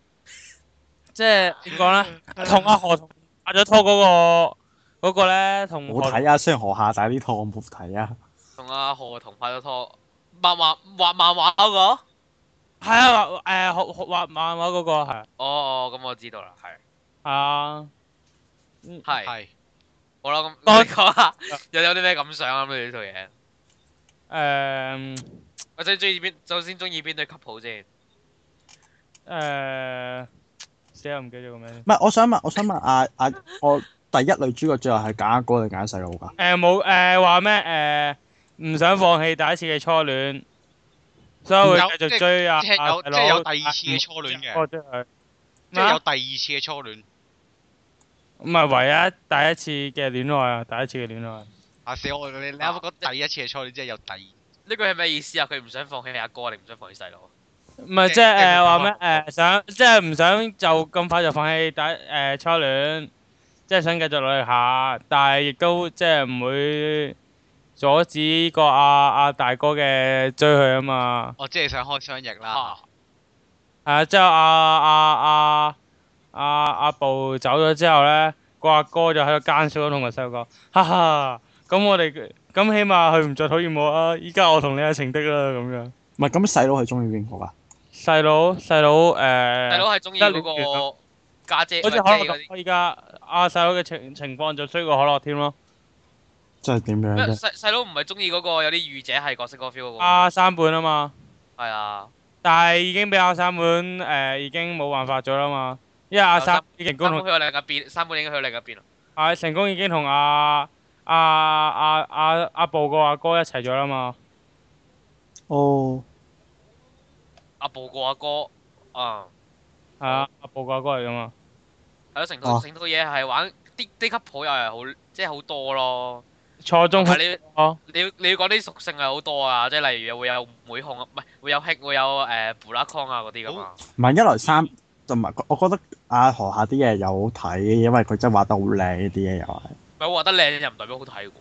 Speaker 3: 即係點講咧？同阿何同拍咗拖嗰、個嗰、個咧，同
Speaker 4: 好
Speaker 3: 何
Speaker 4: 睇啊！雖然學下，但係呢套我冇睇啊。
Speaker 2: 同阿何同拍咗拖，漫畫畫漫畫嗰個。哦
Speaker 3: 係啊，畫誒畫畫漫畫嗰個係
Speaker 2: 哦，咁我知道啦，係
Speaker 3: 啊。
Speaker 2: 係。哦啊
Speaker 1: 係。
Speaker 2: 好啦，咁你
Speaker 3: 我
Speaker 2: 講下又有啲咩感想啊？咁你呢套嘢，
Speaker 3: 誒、誒、
Speaker 2: 我最中意邊？首先中意邊對 couple 先？
Speaker 3: 死啦！唔記得咗個名添。
Speaker 4: 唔係，我想問，我想問啊啊，我第一女主角最後係揀阿哥定揀細佬㗎？
Speaker 3: 誒冇誒話咩誒唔想放棄第一次嘅初戀，所以
Speaker 1: 有
Speaker 3: 會繼續追啊
Speaker 1: 即係
Speaker 3: 啊
Speaker 1: 有
Speaker 3: 大
Speaker 1: 即係有
Speaker 3: 佬
Speaker 1: 第二次嘅初戀嘅
Speaker 3: 我追佢
Speaker 1: 即
Speaker 3: 咩
Speaker 1: 係
Speaker 3: 啊
Speaker 1: 有第二次嘅初戀。
Speaker 3: 唔係唯一第一次嘅戀愛啊，第一次嘅戀愛。
Speaker 1: 啊死我！你你啱啱講第一次嘅初戀，即係有第二。
Speaker 2: 呢句係咩意思啊？佢唔想放棄阿哥，定唔想放棄細佬？
Speaker 3: 唔係
Speaker 1: 即
Speaker 3: 即係
Speaker 1: 即係啊
Speaker 3: 誒話
Speaker 1: 佢
Speaker 3: 咩誒想即係唔想就咁快就放棄第一誒初戀，即係想繼續努力下，但係亦都即係唔會阻止個阿阿大哥嘅追佢啊嘛。
Speaker 1: 我哦即係想開雙翼啦
Speaker 2: 啊。，
Speaker 3: 係啊，之後阿阿阿阿阿布走咗之後咧，個阿哥就喺度奸笑咁同個細路講，哈哈，咁我哋咁起碼佢唔再討厭我啊！依家我同你係情敵啦咁樣。
Speaker 4: 唔係咁細佬係中意邊個㗎？
Speaker 3: 細佬細佬誒，
Speaker 2: 細佬係中意嗰
Speaker 3: 得你完
Speaker 2: 個家姐，或
Speaker 3: 好似
Speaker 2: 者
Speaker 3: 可樂
Speaker 2: 嗰啲
Speaker 3: 咁，依家阿細佬嘅情情況就衰過可樂添咯。
Speaker 4: 即係點樣
Speaker 2: 咩？
Speaker 4: 啫？
Speaker 2: 細細佬唔係中意嗰個有啲御姐係角色嗰個 feel 嗰個
Speaker 3: 阿三本啊嘛，
Speaker 2: 係啊，
Speaker 3: 但係已經俾阿三本誒已經冇辦法咗啦嘛，因為阿三已
Speaker 2: 三
Speaker 3: 經成
Speaker 2: 本
Speaker 3: 功
Speaker 2: 去咗另一邊，三本已經去咗另一邊啊啦。
Speaker 3: 係成功已經同阿阿阿阿阿布個阿哥一齊咗啦嘛。
Speaker 4: 哦，
Speaker 2: 阿布個阿哥，啊，
Speaker 3: 係啊，阿布個哥嚟噶嘛。
Speaker 2: 係咯，成
Speaker 4: 哦
Speaker 2: 套成套嘢係玩啲啲 couple 又係好，即係好多咯。
Speaker 3: 初中
Speaker 2: 同埋
Speaker 3: 佢
Speaker 2: 你
Speaker 3: 哦，
Speaker 2: 你要你要講啲屬性係好多啊，即係例如會有妹控啊，唔係會有兄會有誒布拉康啊嗰啲噶嘛。
Speaker 4: 唔係一來三，同埋我覺得阿何下啲嘢又好睇，因為佢真係畫得好靚啲嘢又係。
Speaker 2: 唔係我覺得靚又唔代表好睇喎。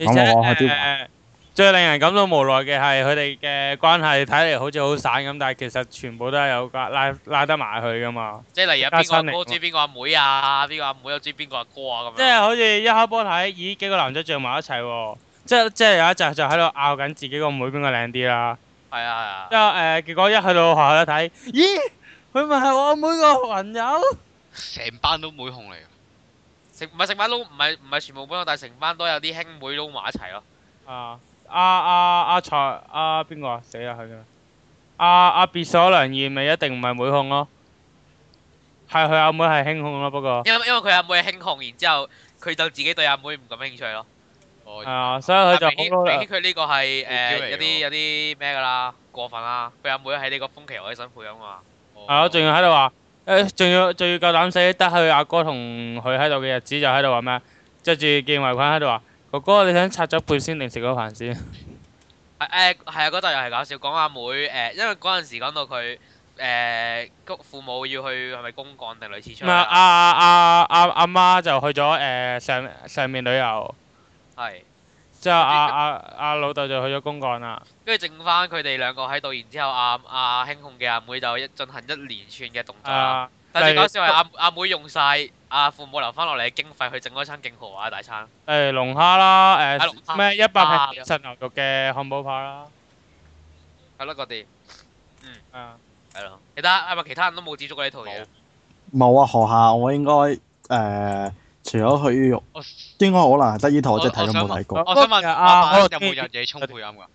Speaker 3: 而且
Speaker 4: 咁我開啲
Speaker 3: 誒呃最令人感到無奈嘅係佢哋嘅關係睇嚟好似好散咁，但係其實全部都係有拉拉拉得埋去噶嘛。
Speaker 2: 即係例如有邊個阿哥追邊個阿妹啊，邊個阿妹又追邊個阿哥啊咁樣。
Speaker 3: 即係好似一開波睇，咦幾個男仔聚埋一齊喎，即係即係有一集就喺度拗緊自己個妹邊個靚啲啦。
Speaker 2: 係啊係
Speaker 3: 之
Speaker 2: 啊，
Speaker 3: 後誒結果一去到學校一睇，咦佢咪係我妹個朋友？
Speaker 1: 成班都妹控嚟㗎。
Speaker 2: 成唔係成班撈唔係唔係全部幫，但係成班都有啲兄妹撈埋一齊咯。
Speaker 3: 啊啊啊啊財啊邊個啊死啦佢啦！啊啊別所良義咪一定唔係妹控咯，係佢阿妹係兄控咯，不過
Speaker 2: 因為因為佢阿妹係兄控，然之後佢就自己對阿妹唔感興趣咯。
Speaker 1: 哦
Speaker 3: 係啊，所以佢就
Speaker 2: 但明顯
Speaker 3: 好
Speaker 2: 明
Speaker 3: 啦
Speaker 2: 顯。佢呢個係
Speaker 1: 傲嬌嚟
Speaker 2: 誒
Speaker 1: 㗎
Speaker 2: 有啲有啲咩㗎啦，過分啦。佢阿妹喺呢個風奇海新配啊嘛。
Speaker 1: 哦
Speaker 3: 係咯，仲要喺度話誒，仲要仲要夠膽死，得佢阿哥同佢喺度嘅日子就喺度話咩？着住件圍裙喺度話：哥哥你想拆咗背先定食咗飯
Speaker 2: 誒
Speaker 3: 先？
Speaker 2: 誒係啊，嗰集又係搞笑，講阿妹誒，因為嗰陣時講到佢誒谷父母要去係咪公幹定類似出
Speaker 3: 唔係阿
Speaker 2: 啊？
Speaker 3: 阿阿阿媽就去咗誒上上面旅遊，
Speaker 2: 係，
Speaker 3: 之後阿阿阿老豆就去咗公幹啦。
Speaker 2: 跟住剩翻佢哋兩個喺度，然之後阿阿兄控嘅阿妹就一進行一連串嘅動作啦。
Speaker 3: 啊，
Speaker 2: 但最
Speaker 3: 例如
Speaker 2: 搞笑係阿阿妹用晒阿父母留翻落嚟嘅經費去整嗰餐勁豪華嘅大餐，
Speaker 3: 誒龍蝦啦，
Speaker 2: 啊龍蝦
Speaker 3: 誒咩一百
Speaker 2: 啊
Speaker 3: 平神牛肉嘅漢堡扒啦，
Speaker 2: 係咯嗰啲
Speaker 3: 啊
Speaker 2: 係咯。其他係咪其他人都冇接觸過呢套嘢？
Speaker 4: 冇啊，學校我應該誒、呃除咗去肉
Speaker 1: 我，
Speaker 4: 應該可能係得呢套，我真係睇都冇睇過。
Speaker 1: 我想問哦
Speaker 3: 啊
Speaker 1: 阿
Speaker 3: 我
Speaker 1: 有冇日野充啊配音噶？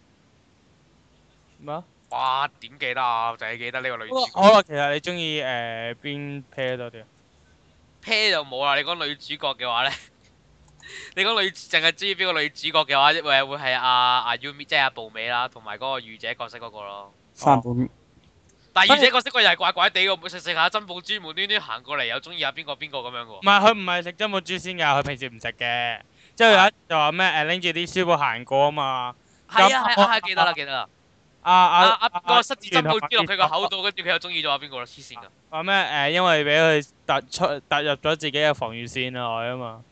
Speaker 3: 咩啊？
Speaker 2: 哇！點記得啊？我就係記得呢個女主
Speaker 3: 不過
Speaker 2: 角
Speaker 3: 好。啦，其實你中意誒邊 pair 多啲啊？
Speaker 2: pair 就冇啦。你講女主角嘅話咧， 你講女淨係中意邊個女主角嘅話，誒會係阿阿 Yumi 即係阿步美啦，同埋嗰個御姐角色嗰個咯。
Speaker 4: 翻本
Speaker 2: 但係御姐角色個又係怪怪地嘅，食食下珍寶珠，無端端行過嚟又中意阿邊個邊個咁樣嘅
Speaker 3: 唔
Speaker 2: 喎。
Speaker 3: 係佢唔係食珍寶豬先㗎，佢平時唔食
Speaker 2: 啊
Speaker 3: 嘅。之後有一就話咩誒拎住啲書包行過啊嘛，
Speaker 2: 係啊係啊，係啊記得啦記得啦。
Speaker 3: 啊啊
Speaker 2: 阿阿個塞住珍寶珠落佢個口度，跟住佢又中意咗啊阿邊個啦，黐線㗎。
Speaker 3: 話啊咩誒？因為俾佢突出突入咗自己嘅防禦線內啊
Speaker 2: 嗯
Speaker 3: 嘛。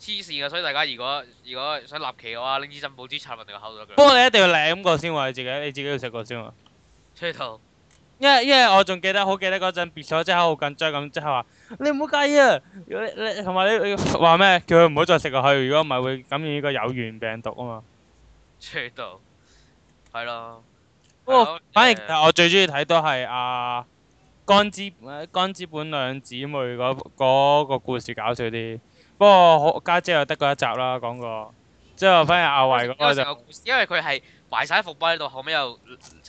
Speaker 2: 黐線㗎，所以大家如果如果想立旗嘅話，拎支珍寶珠插入人哋個口度得
Speaker 3: 不
Speaker 2: 㗎啦。
Speaker 3: 過你一定要舐過先喎，你自己你自己要食過先喎。
Speaker 2: 吹到
Speaker 3: 因為因為我仲記得好記得嗰陣別咗之後好緊張咁，即係話你唔好介意啊！如果你你同埋你你話咩？叫佢唔好再食落去，如果唔係會感染呢個有源病毒啊嘛。
Speaker 2: 吹到，係咯。
Speaker 3: 不過
Speaker 2: 係咯
Speaker 3: 反而
Speaker 2: 誒
Speaker 3: 其實我最中意睇都啊係阿江之江之本兩姊妹嗰嗰個故事搞笑啲。不過好家姐又得嗰一集啦，講過。之後反而阿慧嗰
Speaker 2: 因為
Speaker 3: 個
Speaker 2: 成
Speaker 3: 就
Speaker 2: 個故事，因為佢係埋晒喺伏筆度，後尾又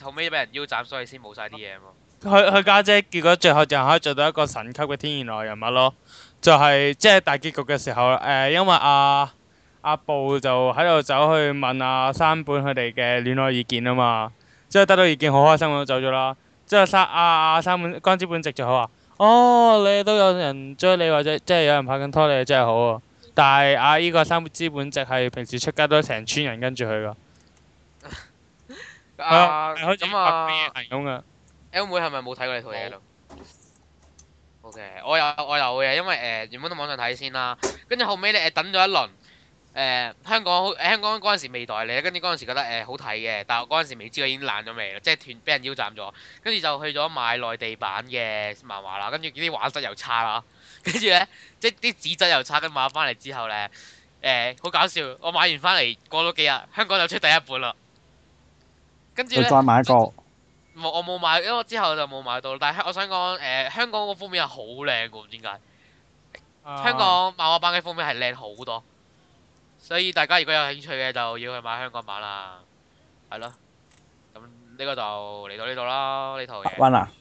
Speaker 2: 後尾俾人腰斬，所以先冇晒啲嘢啊嘛。
Speaker 3: 佢佢家姐結果最後就可以做到一個神級嘅天然外人物咯。就係即係大結局嘅時候，誒、因為阿阿布就喺度走去問阿山本佢哋嘅戀愛意見啊嘛，之後得到意見好開心咁走咗啦。之後山阿阿山本江之本直就佢話：哦，你都有人追你或者即係有人拍緊拖你，真係好啊！但係阿依個山本資本直係平時出街都成村人跟住佢噶，係
Speaker 2: 啊，
Speaker 3: 係好似
Speaker 2: 咁
Speaker 3: 白飛
Speaker 2: 啊
Speaker 3: 人咁噶。
Speaker 2: ，L 妹係咪冇睇過呢套嘢咯？OK，我有我有嘅，因為誒原本都網上睇先啦，跟住後尾咧誒等咗一輪。誒香港好香港嗰陣時未代理，跟住嗰陣時覺得誒好睇嘅，但係我嗰陣時未知佢已經爛咗未啦，即係斷俾人腰斬咗，跟住就去咗買內地版嘅漫畫啦，跟住啲畫質又差 啦，跟住咧即係啲紙質又差，跟住買翻嚟之後咧誒好搞笑，我買完翻嚟過咗幾日，香港就出第一本啦，跟住
Speaker 4: 佢
Speaker 2: 咧。
Speaker 4: 再買一個，
Speaker 2: 冇我冇買，因為我之後就冇買到。但係我想講誒、呃香港嗰個封面係好靚嘅喎，唔知點解。
Speaker 3: 啊
Speaker 2: 香港漫畫版嘅封面係靚好多，所以大家如果有興趣嘅就要去買香港版啦，係咯。咁呢個就嚟到呢度啦，呢套
Speaker 4: 白
Speaker 2: 嘢。
Speaker 4: 灣啊，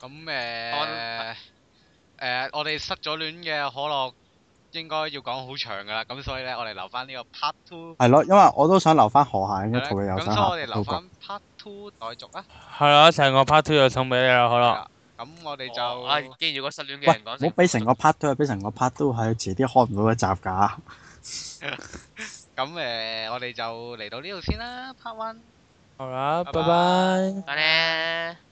Speaker 1: 咁誒誒，我哋失咗戀嘅可樂應該要講好長噶啦，咁所以咧，我哋留翻呢個 part two
Speaker 4: 係咯，因為我都想留翻河下
Speaker 1: 係
Speaker 4: 應該
Speaker 1: 啦。
Speaker 4: 套嘅有
Speaker 1: 咁
Speaker 4: 想
Speaker 1: 所以我哋留
Speaker 4: 下嗰個
Speaker 1: 翻 part two 待續啊。
Speaker 3: 係啦，成個 part two 就送俾你啦，好啦。
Speaker 1: 咁我哋
Speaker 2: 哦啊
Speaker 1: 就，
Speaker 2: 既然如果失戀嘅
Speaker 4: 喂
Speaker 2: 人講，
Speaker 4: 唔好俾成個 part 都係俾成個 part 都係遲啲開唔到一集㗎。
Speaker 1: 咁誒，我哋就嚟到呢度先啦，part one。
Speaker 3: 好啦，
Speaker 1: 拜
Speaker 3: 拜
Speaker 1: 拜
Speaker 3: 拜。
Speaker 2: 但咧。